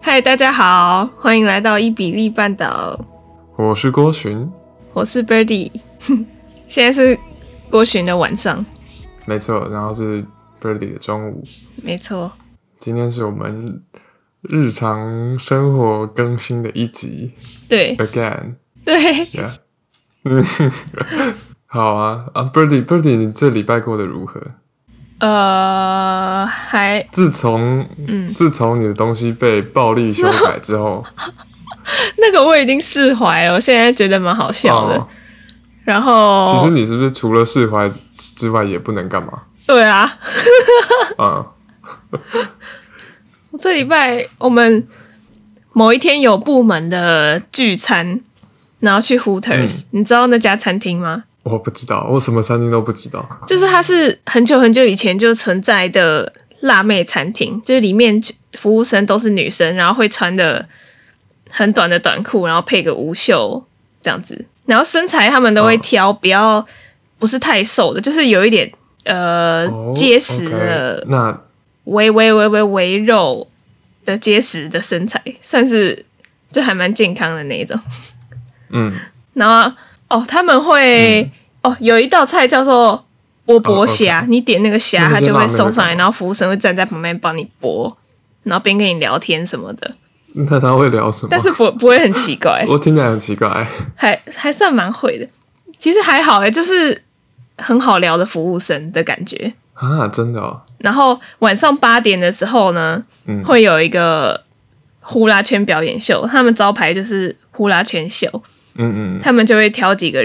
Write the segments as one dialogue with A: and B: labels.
A: 嗨，大家好，欢迎来到伊比利半岛，
B: 我是郭寻，
A: 我是 Birdy。现在是郭巡的晚上，
B: 没错，然后是 Birdy 的中午。
A: 没错，
B: 今天是我们日常生活更新的一集
A: 对
B: ，again，yeah，
A: 对，
B: 嗯，好啊啊，Birdy Birdy，你这礼拜过得如何？
A: 呃，还
B: 自从
A: 嗯，
B: 自从你的东西被暴力修改之 后，
A: 那个我已经释怀了，我现在觉得蛮好笑的。
B: 哦，
A: 然
B: 其实
A: 后，
B: 你是不是除了释怀之外也不能干嘛？
A: 对啊，
B: 啊，
A: 这礼拜我们某一天有部门的聚餐，然后去
B: 嗯
A: Hooters，、你知道那家餐厅吗？
B: 我不知道，我什么餐厅都不知道。
A: 就是它是很久很久以前就存在的辣妹餐厅，就是里面服务生都是女生，然后会穿的很短的短裤，然后配个无袖这样子，然后身材他们都会
B: 哦
A: 挑不要不是太瘦的，就是有一点呃、
B: 哦
A: 结实
B: OK，
A: 的
B: 那
A: 微微微微微肉的结实的身材，算是就还蛮健康的那一种。
B: 嗯，
A: 然后哦，他们会、哦，有一道菜叫做剥剥虾，你点那个虾，
B: 哦那个
A: 它就会
B: 就辣妹
A: 送上
B: 那
A: 来，
B: 个
A: 然后服务生会站在旁边帮你剥，然后边跟你聊天什么的，
B: 那他会聊什么？
A: 但是不不会很奇怪，
B: 我听起来很奇怪。
A: 还还算蛮会的。其实还好诶、欸就是很好聊的服务生的感觉。
B: 啊，真的哦，
A: 然后晚上八点的时候呢，
B: 嗯
A: 会有一个呼啦圈表演秀，他们招牌就是呼啦圈秀，
B: 嗯嗯，
A: 他们就会挑几个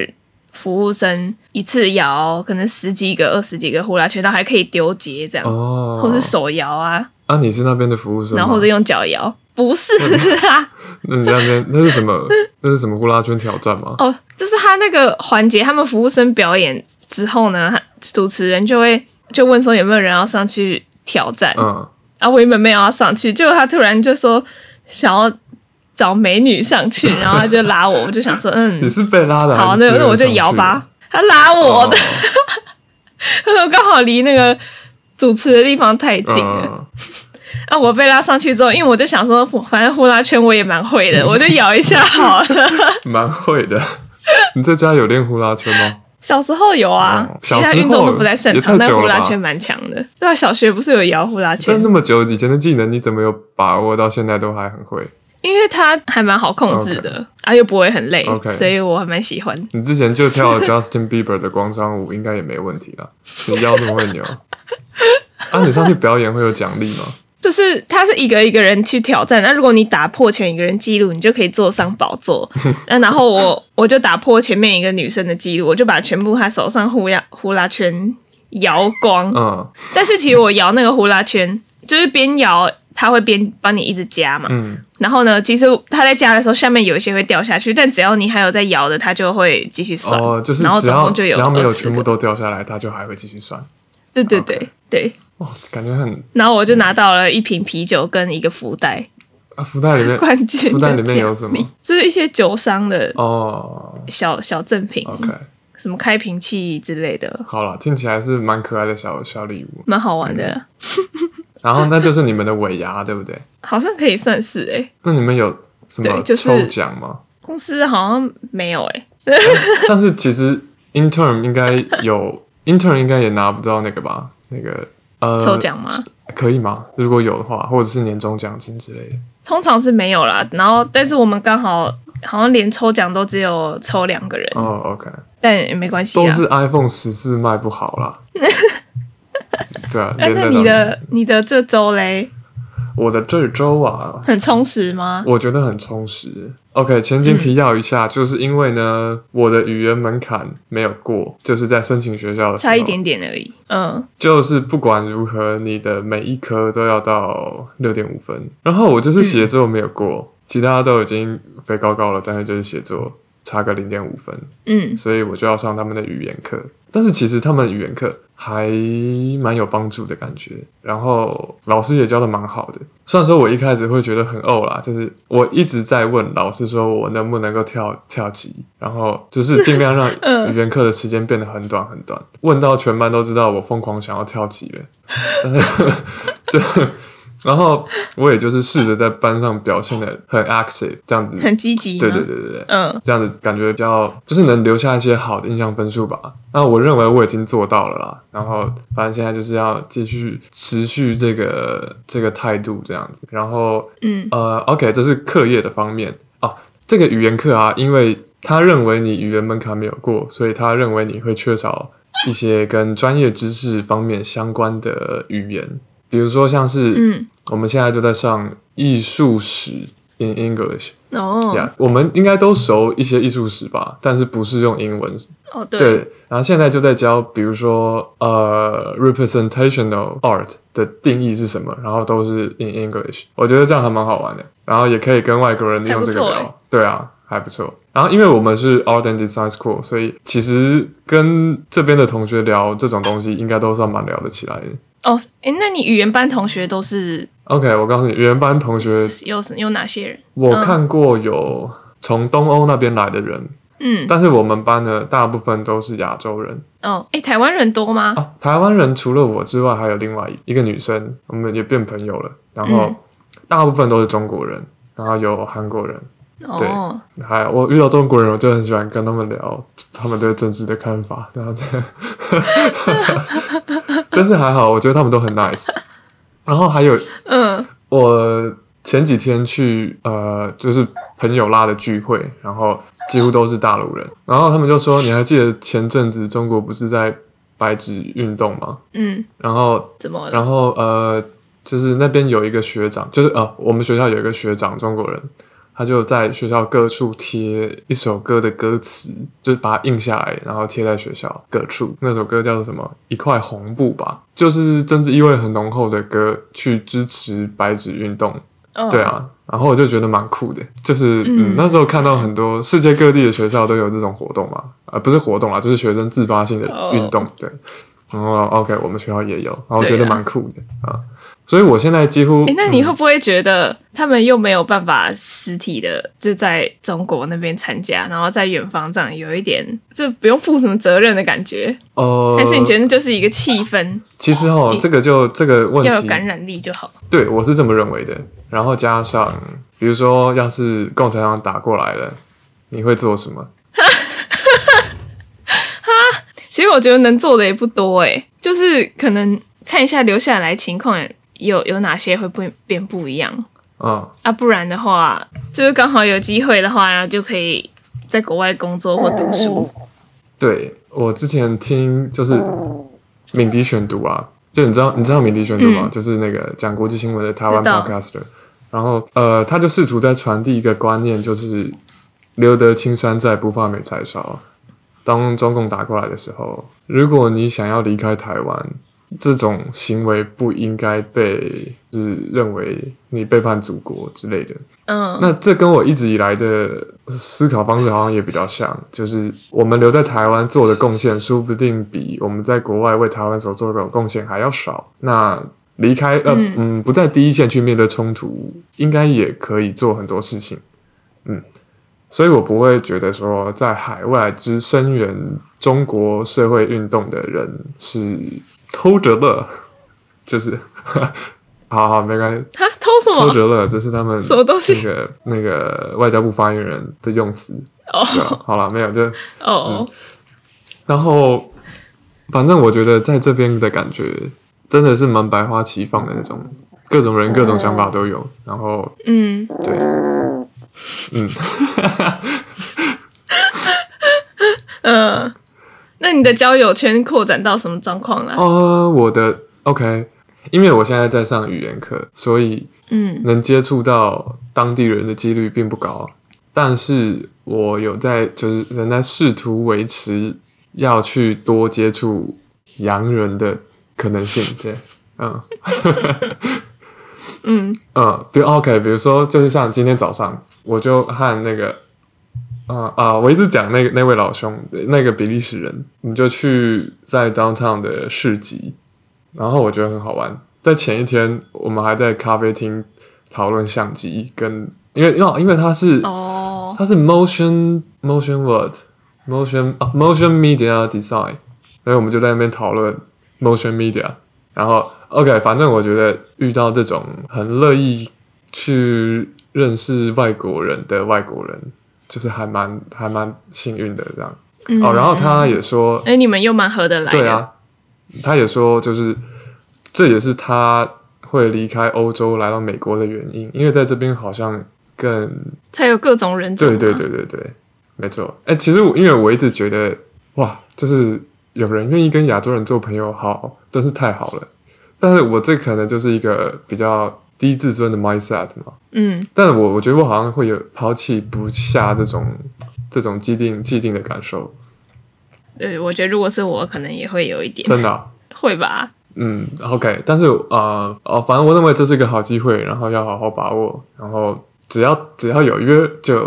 A: 服务生一次摇，可能十几个、二十几个呼啦圈，然后还可以丢结这样，
B: 哦，
A: 或是手摇啊，
B: 啊，你是那边的服务生吗，
A: 然后或者用脚摇。不是
B: 嗯
A: 啊，
B: 那你那边那是什么？那是什么呼啦圈挑战吗？
A: 哦，就是他那个环节，他们服务生表演之后呢，他主持人就会就问说有没有人要上去挑战，
B: 嗯，
A: 啊，我原本没有要上去，结果他突然就说想要找美女上去，然后他就拉我，我就想说，嗯
B: 你，是被拉的，
A: 好，
B: 还是
A: 那
B: 自愿
A: 那我就
B: 上去
A: 摇吧。他拉我的，我刚好离那个主持的地方太近了。
B: 哦。
A: 啊，我被拉上去之后，因为我就想说，反正呼啦圈我也蛮会 的，我就摇一下好了。
B: 嗯，蛮会的。 你在家有练呼啦圈吗？
A: 小时候有啊，
B: 哦
A: 其
B: 小
A: 他
B: 时候
A: 运动都不太擅长，
B: 也太
A: 但
B: 久
A: 呼
B: 了吧嗯
A: 啦圈蛮强的。对啊，小学不是有摇呼啦
B: 但
A: 圈
B: 那，么久以前的技能，你怎么有把握到现在都还很会？
A: 因为它还蛮好控制的啊，又不会很累
B: OK
A: 所以我还蛮喜欢。
B: 你之前就跳 Justin Bieber 的广场舞，应该也没问题啦。你腰那么会扭，啊，你上去表演会有奖励吗？
A: 就是他是一个一个人去挑战，那如果你打破前一个人记录，你就可以坐上宝 座。那然后我我就打破前面一个女生的记录，我就把全部她手上呼啦呼啦圈摇光。
B: 嗯
A: 但是其实我摇那个呼啦圈，就是边摇它会边帮你一直加嘛。
B: 嗯，
A: 然后呢，其实它在加的时候，下面有一些会掉下去，但只要你还有在摇的，它就会继续算。
B: 哦，就是
A: 然后
B: 只
A: 总
B: 要
A: 共就
B: 只
A: 有
B: 要没有
A: 20
B: 全部
A: 个。
B: 都掉下来，它就还会继续算。
A: 对对对对。
B: 哇，感觉很
A: 然后我就拿到了一瓶啤酒跟一个福袋
B: 啊，福袋里 面
A: 冠军的
B: 福袋里面有
A: 奖
B: 什
A: 励
B: 么？
A: 就是一些酒商的
B: 哦
A: 小小赠品，
B: ，OK，
A: 什么开瓶器之类的，
B: 好了，听起来是蛮可爱的小小礼物。
A: 蛮好玩的
B: 嗯
A: 啦，
B: 然后那就是你们的尾牙，对不对？
A: 好像可以算是哎、
B: 那你们有什么
A: 对就是
B: 抽奖吗？
A: 公司好像没有哎、
B: 但是其实 intern 应该有 intern 应该也拿不到那个吧？那个呃，
A: 抽奖吗？
B: 可以吗？如果有的话，或者是年终奖金之类的。
A: 通常是没有啦。然后，但是我们刚好好像连抽奖都只有抽两个人，
B: 哦，OK，
A: 但也没关系啊
B: 都
A: 啦。
B: 是 iPhone 十四卖不 好啦。对啊，
A: 哎
B: 连
A: 那
B: 那
A: 你
B: 种
A: 的你的这周嘞，
B: 我的这周啊，
A: 很充实吗？
B: 我觉得很充实。OK，前情提要一
A: 嗯
B: 下，就是因为呢，我的语言门槛没有过，就是在申请学校的时候，
A: 差一点，点而已。嗯，
B: 就是不管如何，你的每一科都要到六点五分。然后我就是
A: 嗯
B: 写作没有过，其他都已经飞高高了，但是就是写作差个零点五分，
A: 嗯，
B: 所以我就要上他们的语言课。但是其实他们语言课还蛮有帮助的感觉，然后老师也教的蛮好的。虽然说我一开始会觉得很哦啦，就是我一直在问老师说我能不能够跳跳级，然后就是尽量让
A: 嗯
B: 语言课的时间变得很短很短，问到全班都知道我疯狂想要跳级了，但是 就 然后我也就是试着在班上表现的很 active，这样子，
A: 很积极。
B: 对对，对对对，
A: 嗯，
B: 这样子感觉比较就是能留下一些好的印象分数吧。那我认为我已经做到了啦。然后反正现在就是要继续持续这个这个态度这样子。然后
A: 嗯
B: 呃，OK，这是课业的方面哦。这个语言课啊，因为他认为你语言门槛没有过，所以他认为你会缺少一些跟专业知识方面相关的语言，比如说像是
A: 嗯，
B: 我们现在就在上艺术史 in English。
A: 哦
B: Yeah，我们应该都熟一些艺术史吧，但是不是用英文？
A: 哦，
B: 对，，然后现在就在教，比如说呃，representational art 的定义是什么，然后都是 in English。我觉得这样还蛮好玩的，然后也可以跟外国人
A: 还
B: 用
A: 不
B: 这个
A: 错
B: 聊，
A: 欸
B: 对啊，还不错。然后因为我们是 Art and Design School，所以其实跟这边的同学聊这种东西，应该都算蛮聊得起来的。
A: 哦，诶，那你语言班同学都是
B: OK，我告诉你，原班同学，
A: 有有哪些人？
B: 我
A: 嗯
B: 看过有从东欧那边来的人，
A: 嗯，
B: 但是我们班呢，大部分都是亚洲人
A: 哦，诶，台湾人多吗？
B: 啊。台湾人除了我之外，还有另外一个女生，我们也变朋友了。然后
A: 嗯
B: 大部分都是中国人，然后有韩国人。对
A: 哦，
B: 还有我遇到中国人，我就很喜欢跟他们聊他们对政治的看法，然后这样。 但是还好，我觉得他们都很 nice。然后还有
A: 嗯，
B: 我前几天去呃，就是朋友拉的聚会，然后几乎都是大陆人，然后他们就说：“你还记得前阵子中国不是在白纸运动吗
A: 嗯，？”
B: 然后，
A: 怎么了？
B: 然后呃，就是那边有一个学长，就是呃，我们学校有一个学长，中国人。他就在学校各处贴一首歌的歌词，就是把它印下来，然后贴在学校各处。那首歌叫做什么？一块红布吧，就是政治意味很浓厚的歌，去支持白纸运动。
A: 哦
B: 对，啊，然后我就觉得蛮酷的，就是嗯
A: 嗯
B: 那时候看到很多世界各地的学校都有这种活动嘛，呃，不是活动啦，就是学生自发性的
A: 哦
B: 运动，对。然后哦 OK，我们学校也有，然后我觉得
A: 对啊
B: 蛮酷的啊所以我现在几乎，
A: 诶，那你
B: 嗯
A: 会不会觉得他们又没有办法实体的就在中国那边参加，然后在远方这样有一点就不用负什么责任的感觉？
B: 呃，
A: 还是你觉得就是一个气氛，
B: 其实哦，
A: 你
B: 这个就这个问
A: 要有
B: 题，
A: 感染力就好？
B: 对我是这么认为的。然后加上，比如说，要是共产党打过来了，你会做什么？
A: 其实我觉得能做的也不多诶、就是可能看一下留下来情况有有哪些会不变不一样
B: 嗯，
A: 啊，不然的话就是刚好有机会的话，然后就可以在国外工作或读书。
B: 对我之前听就是
A: 哦
B: 敏迪选读啊，就你知道你知道敏迪选读吗？
A: 嗯
B: 就是那个讲国际新闻的台湾
A: 知道
B: podcaster，然后呃，他就试图在传递一个观念，就是留得青山在，不怕没柴烧。啊当中共打过来的时候，如果你想要离开台湾，这种行为不应该被就是认为你背叛祖国之类的。
A: 嗯，
B: 那这跟我一直以来的思考方式好像也比较像，就是我们留在台湾做的贡献，说不定比我们在国外为台湾所做的贡献还要少。那离开呃
A: 嗯
B: 嗯不在第一线去面对冲突，应该也可以做很多事情。嗯，所以我不会觉得说在海外之声援中国社会运动的人是偷着乐，就是 好好没关系，
A: 他偷什
B: 偷
A: 么？
B: 着乐，这是他们
A: 哦什么东西
B: 那个那个外交部发言人的用词。对
A: 哦
B: 啊，好了，没有就
A: 哦，
B: 嗯然后，反正我觉得在这边的感觉真的是蛮百花齐放的那种，各种人各种想法都有。然后，
A: 嗯，
B: 对，嗯，
A: 嗯，那你的交友圈扩展到什么状况了？
B: 呃，我的 OK，因为我现在在上语言课，所以
A: 嗯
B: 能接触到当地人的几率并不高，但是我有在就是仍在试图维持要去多接触洋人的可能性，对，嗯。
A: 嗯
B: 嗯，比如 OK，比如说就是像今天早上，我就和那个，啊、啊、我一直讲那个那位老兄，那个比利时人，我们就去在 downtown 的市集，然后我觉得很好玩。在前一天，我们还在咖啡厅讨论相机，跟因为因为因为他是、
A: 哦
B: 他是 motion motion word motion 啊 motion media design，所以我们就在那边讨论 motion media，然后 OK，反正我觉得遇到这种很乐意去认识外国人的外国人，就是还蛮还蛮幸运的这样。
A: 嗯
B: 哦，然后他也说，
A: 哎、你们又蛮合得来的，
B: 对啊，他也说，就是这也是他会离开欧洲来到美国的原因，因为在这边好像更
A: 才有各种人种啊
B: 对
A: 嘛。
B: 对对对对，没错。哎、其实我因为我一直觉得，哇，就是有人愿意跟亚洲人做朋友，好，真是太好了。但是我这可能就是一个比较低自尊的 mindset 嘛。
A: 嗯，
B: 但我我觉得我好像会有抛弃不下这种这种既定既定的感受，
A: 对，我觉得如果是我，可能也会有一点，
B: 真的啊、
A: 会吧。
B: 嗯，OK，但是呃哦，反正我认为这是一个好机会，然后要好好把握，然后只要只要有约就，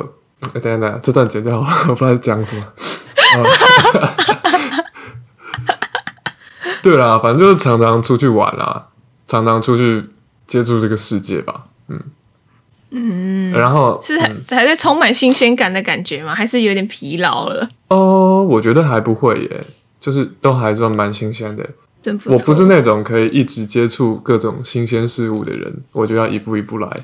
B: 呃等一下等一下，这段剪掉， 我不知道讲什么。呃 对啦，反正就是常常出去玩啦，常常出去接触这个世界吧，嗯嗯，然后
A: 是还、还在充满新鲜感的感觉吗？还是有点疲劳了？
B: 哦，我觉得还不会耶，就是都还算蛮新鲜的，
A: 真不错。
B: 我不是那种可以一直接触各种新鲜事物的人，我就要一步一步来。
A: 嗯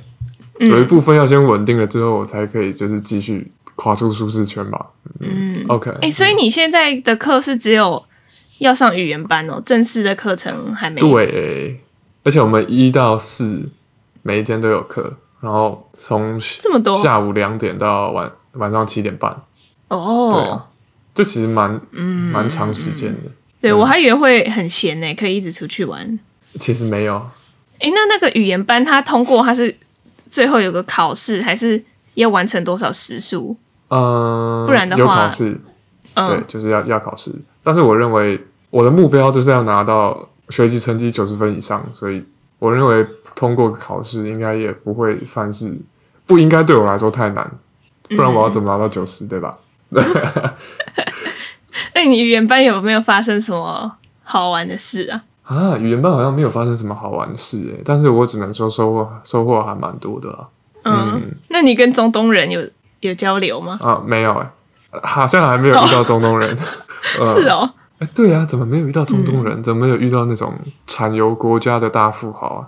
B: 有一部分要先稳定了之后，我才可以就是继续跨出舒适圈吧。嗯，OK，
A: 哎、所以你现在的课是只有要上语言班哦，正式的课程还没。
B: 对，而且我们一到四每一天都有课，然后从
A: 这么多
B: 下午两点到晚晚上七点半，对
A: 哦嗯
B: 啊，，这其实蛮蛮长时间的。
A: 对我还以为会很闲呢，可以一直出去玩。
B: 其实没有，
A: 哎、那那个语言班他通过，他是最后有个考试，还是要完成多少时数？
B: 嗯，
A: 不然的话
B: 有考试，对
A: 嗯，，
B: 就是要要考试。但是我认为我的目标就是要拿到学习成绩九十分以上，所以我认为通过考试应该也不会算是不应该对我来说太难，
A: 嗯
B: 不然我要怎么拿到九十、对吧？
A: 那你语言班有没有发生什么好玩的事啊？
B: 啊，语言班好像没有发生什么好玩的事诶，但是我只能说收获收获还蛮多的啦。
A: 嗯，那你跟中东人有有交流吗？
B: 啊，没有诶，好像还没有遇到中 东人。呃
A: 是哦，
B: 哎，对呀、怎么没有遇到中东人？怎么没有遇到那种产油国家的大富豪啊？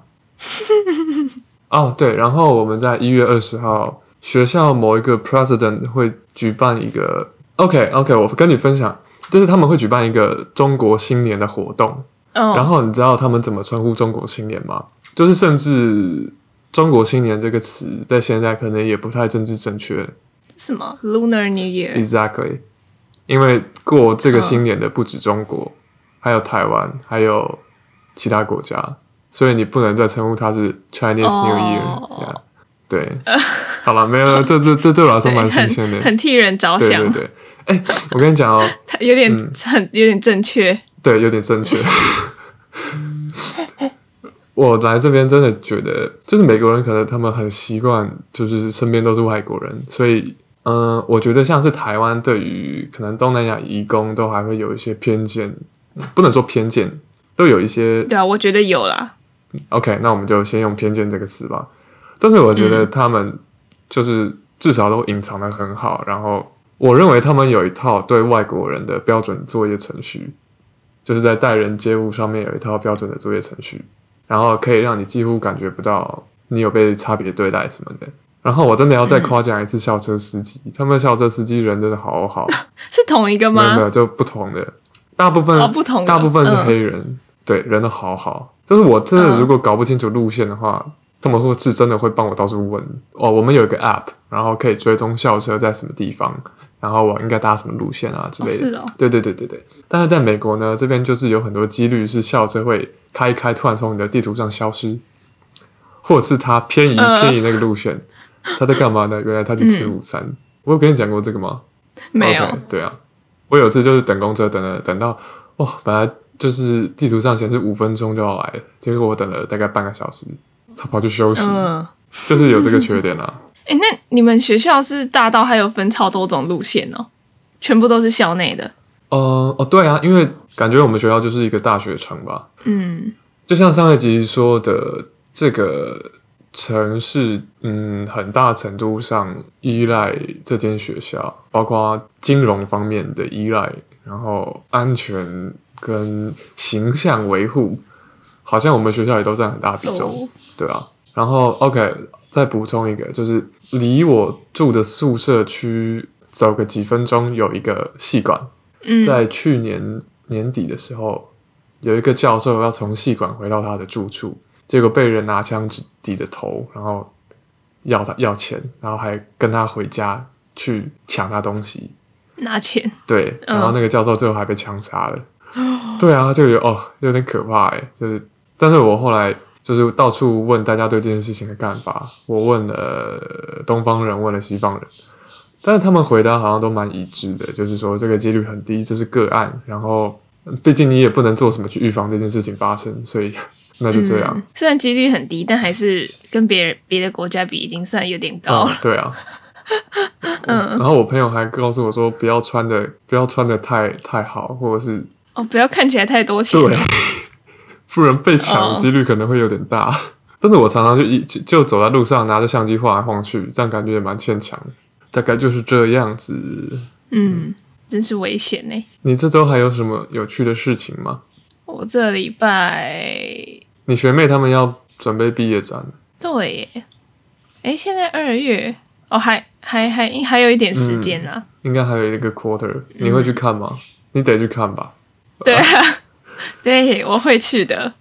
B: 哦，对，然后我们在一月二十号，学校某一个 president 会举办一个，OK OK，我跟你分享，就是他们会举办一个中国新年的活动。然
A: 哦，
B: 后你知道他们怎么称呼中国新年吗？就是甚至“中国新年”这个词在现在可能也不太政治正确了
A: 什么 Lunar New Year？
B: Exactly，因为过这个新年的不止中国，
A: 嗯
B: 还有台湾，还有其他国家，所以你不能再称呼它是 Chinese New Year、
A: 哦
B: yeah。对，好了，没有，这这这对我来说蛮新鲜
A: 很
B: 的。
A: 很替人着
B: 对
A: 想
B: 对，对，哎、我跟你讲哦、
A: 他有点很有点正确。
B: 对，有点正确。 我来这边真的觉得，就是美国人可能他们很习惯，就是身边都是外国人，所以，嗯、我觉得像是台湾对于可能东南亚移工都还会有一些偏见，不能说偏见，都有一些
A: 对啊，我觉得有啦。
B: OK，那我们就先用偏见这个词吧。但是我觉得他们就是至少都隐藏的很好，然后我认为他们有一套对外国人的标准作业程序，就是在待人接物上面有一套标准的作业程序，然后可以让你几乎感觉不到你有被差别对待什么的。然后我真的要再夸奖一次校车司机，他们校车司机人真的好好，
A: 是同一个
B: 没有没
A: 吗？
B: 有就不同的，大部分、
A: 哦不同的
B: 大部分是
A: 嗯
B: 黑人，对人都好好。就是我真的
A: 嗯
B: 如果搞不清楚路线的话，他们会是真的会帮我到处问哦。我们有一个 app，然后可以追踪校车在什么地方，然后我应该搭什么路线啊之类的。
A: 哦是哦
B: 对对对对对。但是在美国呢，这边就是有很多几率是校车会开一开，突然从你的地图上消失，或者是它偏移
A: 嗯
B: 偏移那个路线。他在干嘛呢？原来他去吃午餐。我有跟你讲过这个吗？
A: 没
B: o k
A: 有，
B: 对啊，我有一次就是等公车，等了等到哇、本来就是地图上显示五分钟就要来了，结果我等了大概半个小时，他跑去休息，
A: 嗯。
B: 就是有这个缺点啊。
A: 哎、那你们学校是大到还有分超多种路线哦，全部都是校内的。
B: 呃，哦，对啊，因为感觉我们学校就是一个大学城吧，
A: 嗯，
B: 就像上一集说的，这个城市，嗯，很大程度上依赖这间学校，包括金融方面的依赖，然后安全跟形象维护，好像我们学校也都占很大比重，
A: 哦
B: 对啊。然后 OK，再补充一个，就是离我住的宿舍区走个几分钟有一个系馆，
A: 嗯，
B: 在去年年底的时候，有一个教授要从系馆回到他的住处，结果被人拿枪指抵着头，然后要他要钱，然后还跟他回家去抢他东西。
A: 拿钱，
B: 对，
A: 嗯
B: 然后那个教授最后还被枪杀了。 对啊，就有哦，有点可怕哎，就是，但是我后来就是到处问大家对这件事情的看法，我问了东方人，问了西方人，但是他们回答好像都蛮一致的，就是说这个几率很低，这是个案，然后毕竟你也不能做什么去预防这件事情发生，所以 那就这样
A: 嗯。虽然几率很低，但还是跟别人别的国家比，已经算有点高
B: 嗯
A: 了。
B: 对啊。
A: 嗯
B: 然后我朋友还告诉我说，不要穿的不要穿的太太好，或者是
A: 哦，不要看起来太多钱。
B: 对，啊富人被抢
A: 哦
B: 的几率可能会有点大。但是我常常就一就就走在路上，拿着相机晃来晃去，这样感觉也蛮欠强的。大概就是这样子。
A: 嗯，真是危险欸呢。
B: 你这周还有什么有趣的事情吗？
A: 我这礼拜
B: 你学妹她们要准备毕业展了，
A: 对耶，哎，现在二月哦，还还还还有一点时间啊。
B: 应该还有一个 quarter，你
A: 嗯
B: 会去看吗？你得去看吧，
A: 对啊， 对，我会去的。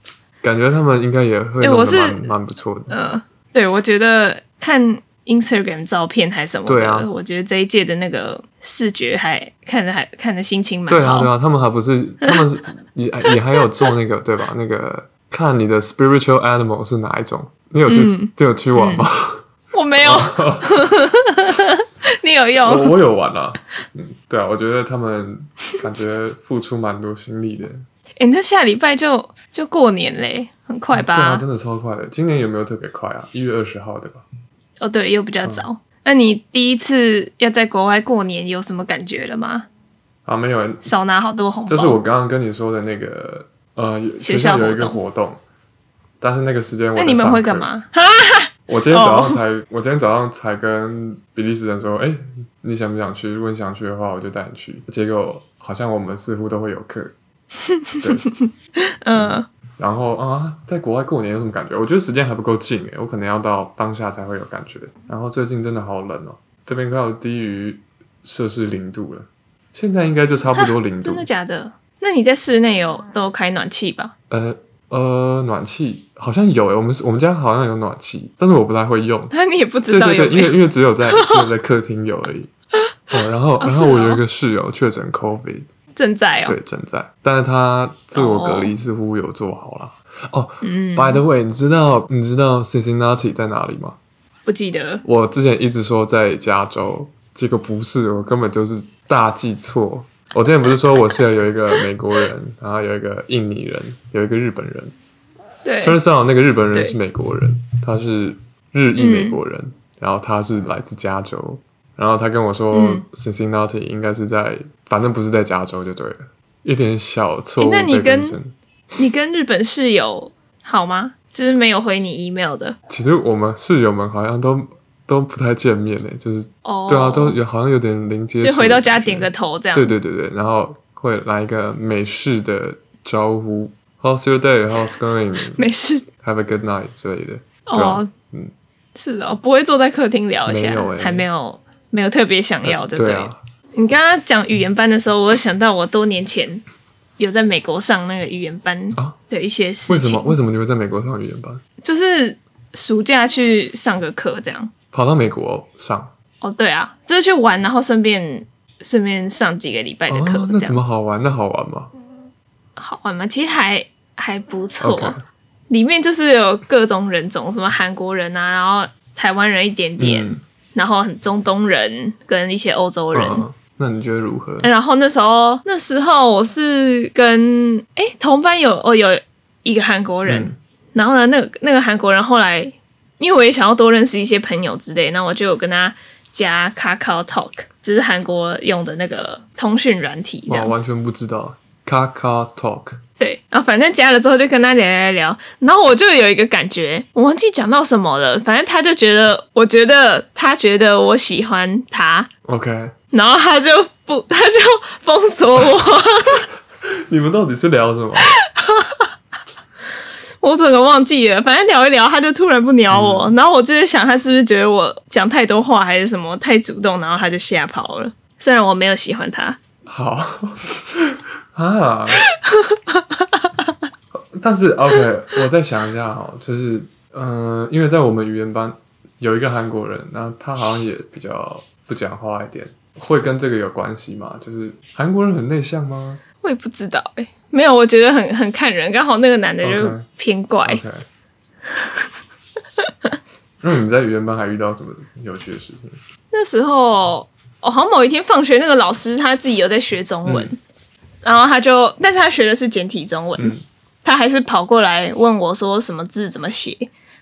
B: 感觉他们应该也会
A: 哎
B: 弄
A: 我
B: 得
A: 是
B: 蛮蛮不错的。
A: 嗯，对，我觉得看 Instagram 照片还是什么的，
B: 对啊
A: 我觉得这一届的那个视觉还看着还看着心情蛮
B: 对啊，
A: 好。
B: 对啊，他们还不是，他们是 也也还有做那个对吧？那个看你的 spiritual animal 是哪一种？你有去、
A: 嗯
B: 你有去玩吗？
A: 我没有， 你有
B: 我
A: 用？
B: 我有玩啊，嗯，对啊，我觉得他们感觉付出蛮多心力的，
A: 哎、那下礼拜就就过年嘞，很快吧？
B: 对啊，真的超快的。今年有没有特别快啊？一月二十号对吧？
A: 哦，对，又比较早。
B: 嗯
A: 那你第一次要在国外过年有什么感觉了吗？
B: 啊，没有，
A: 少拿好多红包，
B: 就是我刚刚跟你说的那个呃，
A: 学
B: 学
A: 校
B: 校
A: 活动
B: 有一个活动，但是那个时间我
A: 那
B: 在
A: 你们
B: 上
A: 会
B: 课
A: 干？嘛？哦
B: 我今天早上才，我今天早上才跟比利时人说，哎、你想不想去？如果你想去的话，我就带你去。结果好像我们似乎都会有课，对，
A: 嗯，
B: 然后啊，在国外过年有什么感觉？我觉得时间还不够近诶，我可能要到当下才会有感觉。然后最近真的好冷哦，这边快要低于摄氏零度了，现在应该就差不多零度
A: 真。的假的？那你在室内有都开暖气吧？
B: 呃呃，暖气好像有诶，我们是我们家好像有暖气，但是我不太会用。
A: 那你也不知
B: 对
A: 道
B: 对
A: 有
B: 对，因
A: 没有
B: 为因为只有在只有在客厅有而已。哦，然后然
A: 是
B: 后我
A: 哦
B: 有一个室友确诊 COVID，
A: 正在哦、
B: 对，正在，但是他自我隔离似乎有做好了。哦
A: 嗯，
B: ，By the way，你知道你知道 Cincinnati 在哪里吗？
A: 不记得
B: 我之前一直说在加州，结果不是，我根本就是大记错。我之前不是说我室友有一个美国人，然后有一个印尼人，有一个日本人。
A: 对，
B: turns out 那个日本
A: 对嗯
B: 人是美国人，他是日裔美国人，然后他是来自加州，然后他跟我说、
A: 嗯
B: Cincinnati 应该是在，反正不是在加州就对了，一点小错
A: 诶
B: 误
A: 那你
B: 被
A: 跟
B: 更正。
A: 你跟日本室友好吗？就是没有回你 email 的
B: 其实我们室友们好像都都不太见面诶，就是
A: 哦。
B: 对啊，都有好像有点零接触的
A: 就
B: 感觉，
A: 回到家点个头这样。
B: 对对对对，然后会来一个美式的招呼，How's your day? How's going?
A: 没事
B: Have a good night 之类的。对啊
A: 哦，
B: 嗯
A: 是哦，不会坐在客厅聊一下，
B: 没有欸
A: 还没有没有特别想要，对不对？
B: 对啊，
A: 你刚刚讲语言班的时候，我有想到我多年前有在美国上那个语言班
B: 啊
A: 的一些事情，
B: 为什么为什么你会在美国上语言班？
A: 就是暑假去上个课这样。
B: 跑到美国上
A: 哦，对啊，就是去玩，然后顺便顺便上几个礼拜的课，
B: 哦，
A: 这
B: 那
A: 样
B: 怎么好玩？那好玩吗
A: 好玩吗？其实还还不错
B: OK
A: 里面就是有各种人种，什么韩国人啊，然后台湾人一点点，
B: 嗯
A: 然后很中东人跟一些欧洲人，
B: 嗯，那你觉得如何？
A: 然后那时候那时候我是跟哎同班有哦有一个韩国人，
B: 嗯
A: 然后呢那个那个韩国人后来因为我也想要多认识一些朋友之类，那我就有跟他加 Kakao Talk，就是韩国用的那个通讯软体这
B: 哇，
A: 样。
B: 完全不知道。卡卡 talk，
A: 对，然后反正加了之后就跟他聊聊聊，然后我就有一个感觉，我忘记讲到什么了，反正他就觉得，我觉得他觉得我喜欢他，
B: OK，
A: 然后他就不， 他就封锁我。
B: 你们到底是聊什么？
A: 我整个忘记了，反正聊一聊，他就突然不鸟我，然后我就在想，他是不是觉得我讲太多话还是什么太主动，然后他就吓跑了。虽然我没有喜欢他，
B: 好 啊， 但是 OK，我再想一下哦，就是嗯、呃因为在我们语言班有一个韩国人，那他好像也比较不讲话一点，会跟这个有关系吗？就是韩国人很内向吗
A: 我也不知道哎、没有，我觉得很很看人，刚好那个男的就
B: OK
A: 偏怪
B: ？OK，那你在语言班还遇到什么有趣的事情？
A: 那时候哦，好像某一天放学，那个老师他自己有在学中文，然后他就，但是他学的是简体中文，
B: 嗯
A: 他还是跑过来问我说什么字怎么写。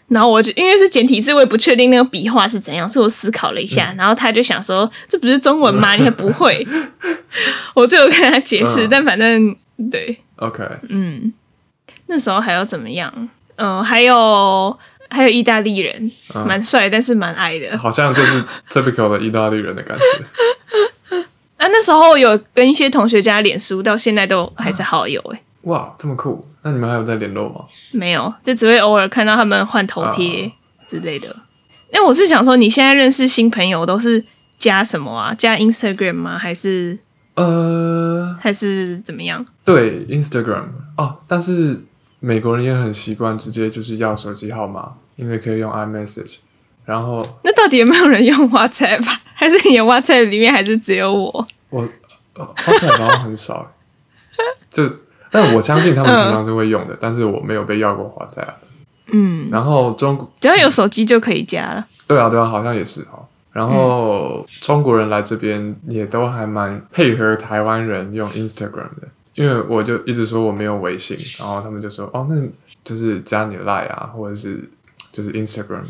A: 然后我就因为是简体字，我也不确定那个笔画是怎样，所以我思考了一
B: 嗯
A: 下，然后他就想说：“这不是中文吗？你还不 会？”我就有跟他解释，
B: 嗯
A: 但反正对，
B: OK，
A: 嗯，那时候还要怎么样？嗯、还有还有意大利人，
B: 嗯
A: 蛮帅，但是蛮矮的。
B: 好像就是 typical 的意大利人的感觉。
A: 啊，那时候有跟一些同学加脸书，到现在都还是好友哎、
B: 哇，这么酷！那你们还有在联络吗？
A: 没有，就只会偶尔看到他们换头贴之类的。那我是想说，你现在认识新朋友都是加什么啊？加 Instagram 吗？还是
B: 呃，
A: 还是怎么样？
B: 对，Instagram 哦，但是美国人也很习惯直接就是要手机号码，因为可以用 iMessage。然后
A: 那到底有没有人用 WhatsApp？啊 还是你的 WhatsApp 里面还是只有我？
B: 我呃 WhatsApp 好像很少， 就但我相信他们平常是会用的，但是我没有被要过 WhatsApp。
A: 嗯，
B: 然后中国
A: 只要有手机就可以加了。
B: 对啊对啊，好像也是哦。然后、中国人来这边也都还蛮配合台湾人用 Instagram 的，因为我就一直说我没有微信，然后他们就说哦，那就是加你 Line 啊，或者是就是 Instagram。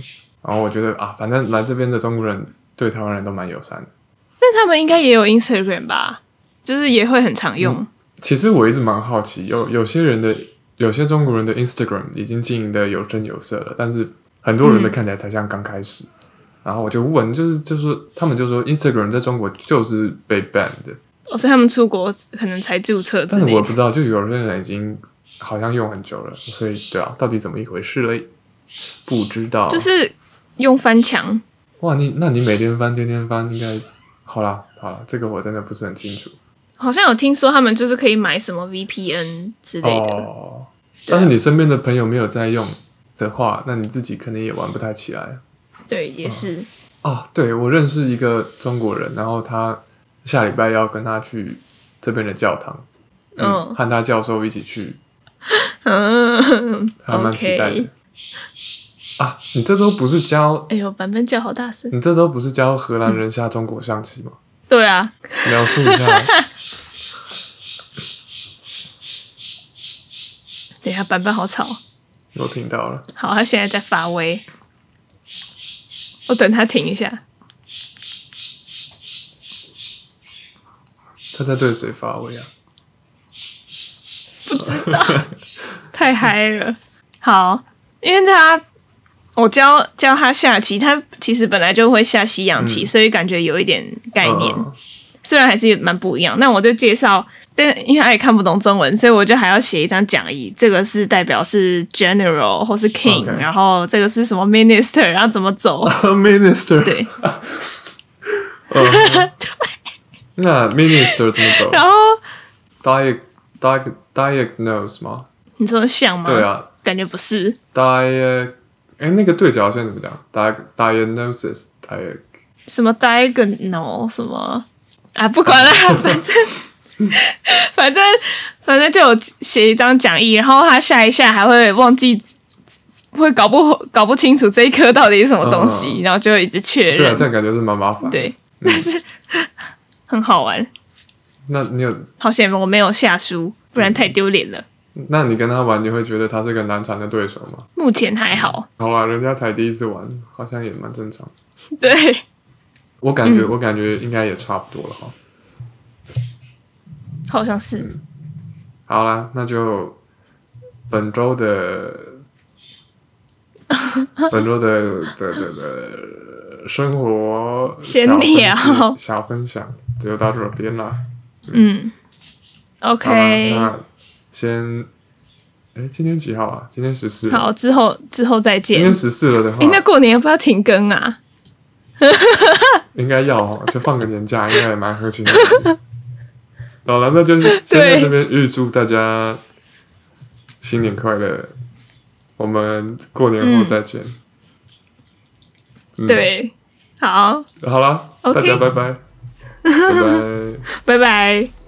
B: 然后我觉得啊，反正来这边的中国人对台湾人都蛮友善的。
A: 但他们应该也有 Instagram 吧？就是也会很常用。
B: 其实我一直蛮好奇，有有些人的有些中国人的 Instagram 已经经营的有声有色了，但是很多
A: 嗯
B: 人的看起来才像刚开始。然后我就问，就是就是说他们就说 Instagram 在中国就是被 ban 的，
A: 哦，所以他们出国可能才注册之
B: 但是
A: 类
B: 我
A: 的。
B: 不知道，就有些人已经好像用很 久了，所以对啊，到底怎么一回事嘞？不知道，
A: 就是用翻墙。
B: 哇，你那你每天翻，天天翻，应该好啦好啦，这个我真的不是很清楚
A: 好像有听说他们就是可以买什么 VPN 之类的，
B: 哦。但是你身边的朋友没有在用的
A: 啊
B: 话，那你自己可能也玩不太起来。
A: 对，也是。
B: 哦，对，我认识一个中国人，然后他下礼拜要跟他去这边的教堂，
A: 嗯
B: 和他教授一起去，
A: 嗯，
B: 还蛮期待的。
A: OK
B: 啊，你这周不是教
A: 哎呦，版本叫好大声。
B: 你这周不是教荷兰人下中国象棋吗？
A: 对啊，
B: 描述一 下，
A: 等一下版本好吵。
B: 我听到了。
A: 好，他现在在发威，我等他停一下。
B: 他在对谁发威啊？
A: 太嗨了。好，因为他我教教他下棋，他其实本来就会下西洋棋，所以感觉有一点概念。
B: 嗯
A: 虽然还是蛮不一样，那我就介绍，但因为他也看不懂中文，所以我就还要写一张讲义，这个是代表是 general 或是 king，、
B: OK
A: 然后这个是什么 minister，然后怎么 走，
B: minister， 嗯
A: 对，
B: 那 minister 怎么 走
A: 然后
B: ？diag diag diagnose 吗？
A: 你说像吗？
B: 对，啊
A: 感觉不是，
B: ，diag，哎，那个对角线怎么讲？diag diagnosis diag
A: 什么 diagonal 什么啊，不管了， 反正 反正反正就有写一张讲义，然后他下一下还会忘记。会搞不搞不清楚这一科到底是什么东西，然后就会一直确
B: 嗯对啊，
A: 认
B: 这。样感觉是蛮麻烦。，
A: 对，但是很好玩。
B: 那你有，
A: 好险我没有下输，不然
B: 嗯
A: 太丢脸了。
B: 那你跟他玩，你会觉得他是个难缠的对手吗？
A: 目前还好，
B: 好啊，人家才第一次玩，好像也蛮正常。
A: 对，
B: 我感
A: 嗯
B: 觉，我感觉应该也差不多了哈。
A: 好像是。
B: 嗯好啦，那就本周的 本周的的的的生活
A: 闲
B: 小分
A: 聊
B: 享小分享，就到这边啦。
A: 嗯
B: 好啦，
A: ，OK，
B: 那先哎，今天几号啊？今天十四。
A: 好，之后之后再
B: 今
A: 见
B: 天。十四了的话
A: 哎，，那过年要不要停更啊？
B: 应该要哦，就放个年假，应该也蛮合 情合理。好了，那就是先在这边预祝大家新年快乐，我们过年后再见。嗯，
A: 对，好，
B: 好了
A: OK
B: 大家拜拜，拜
A: 拜
B: 拜。
A: 拜。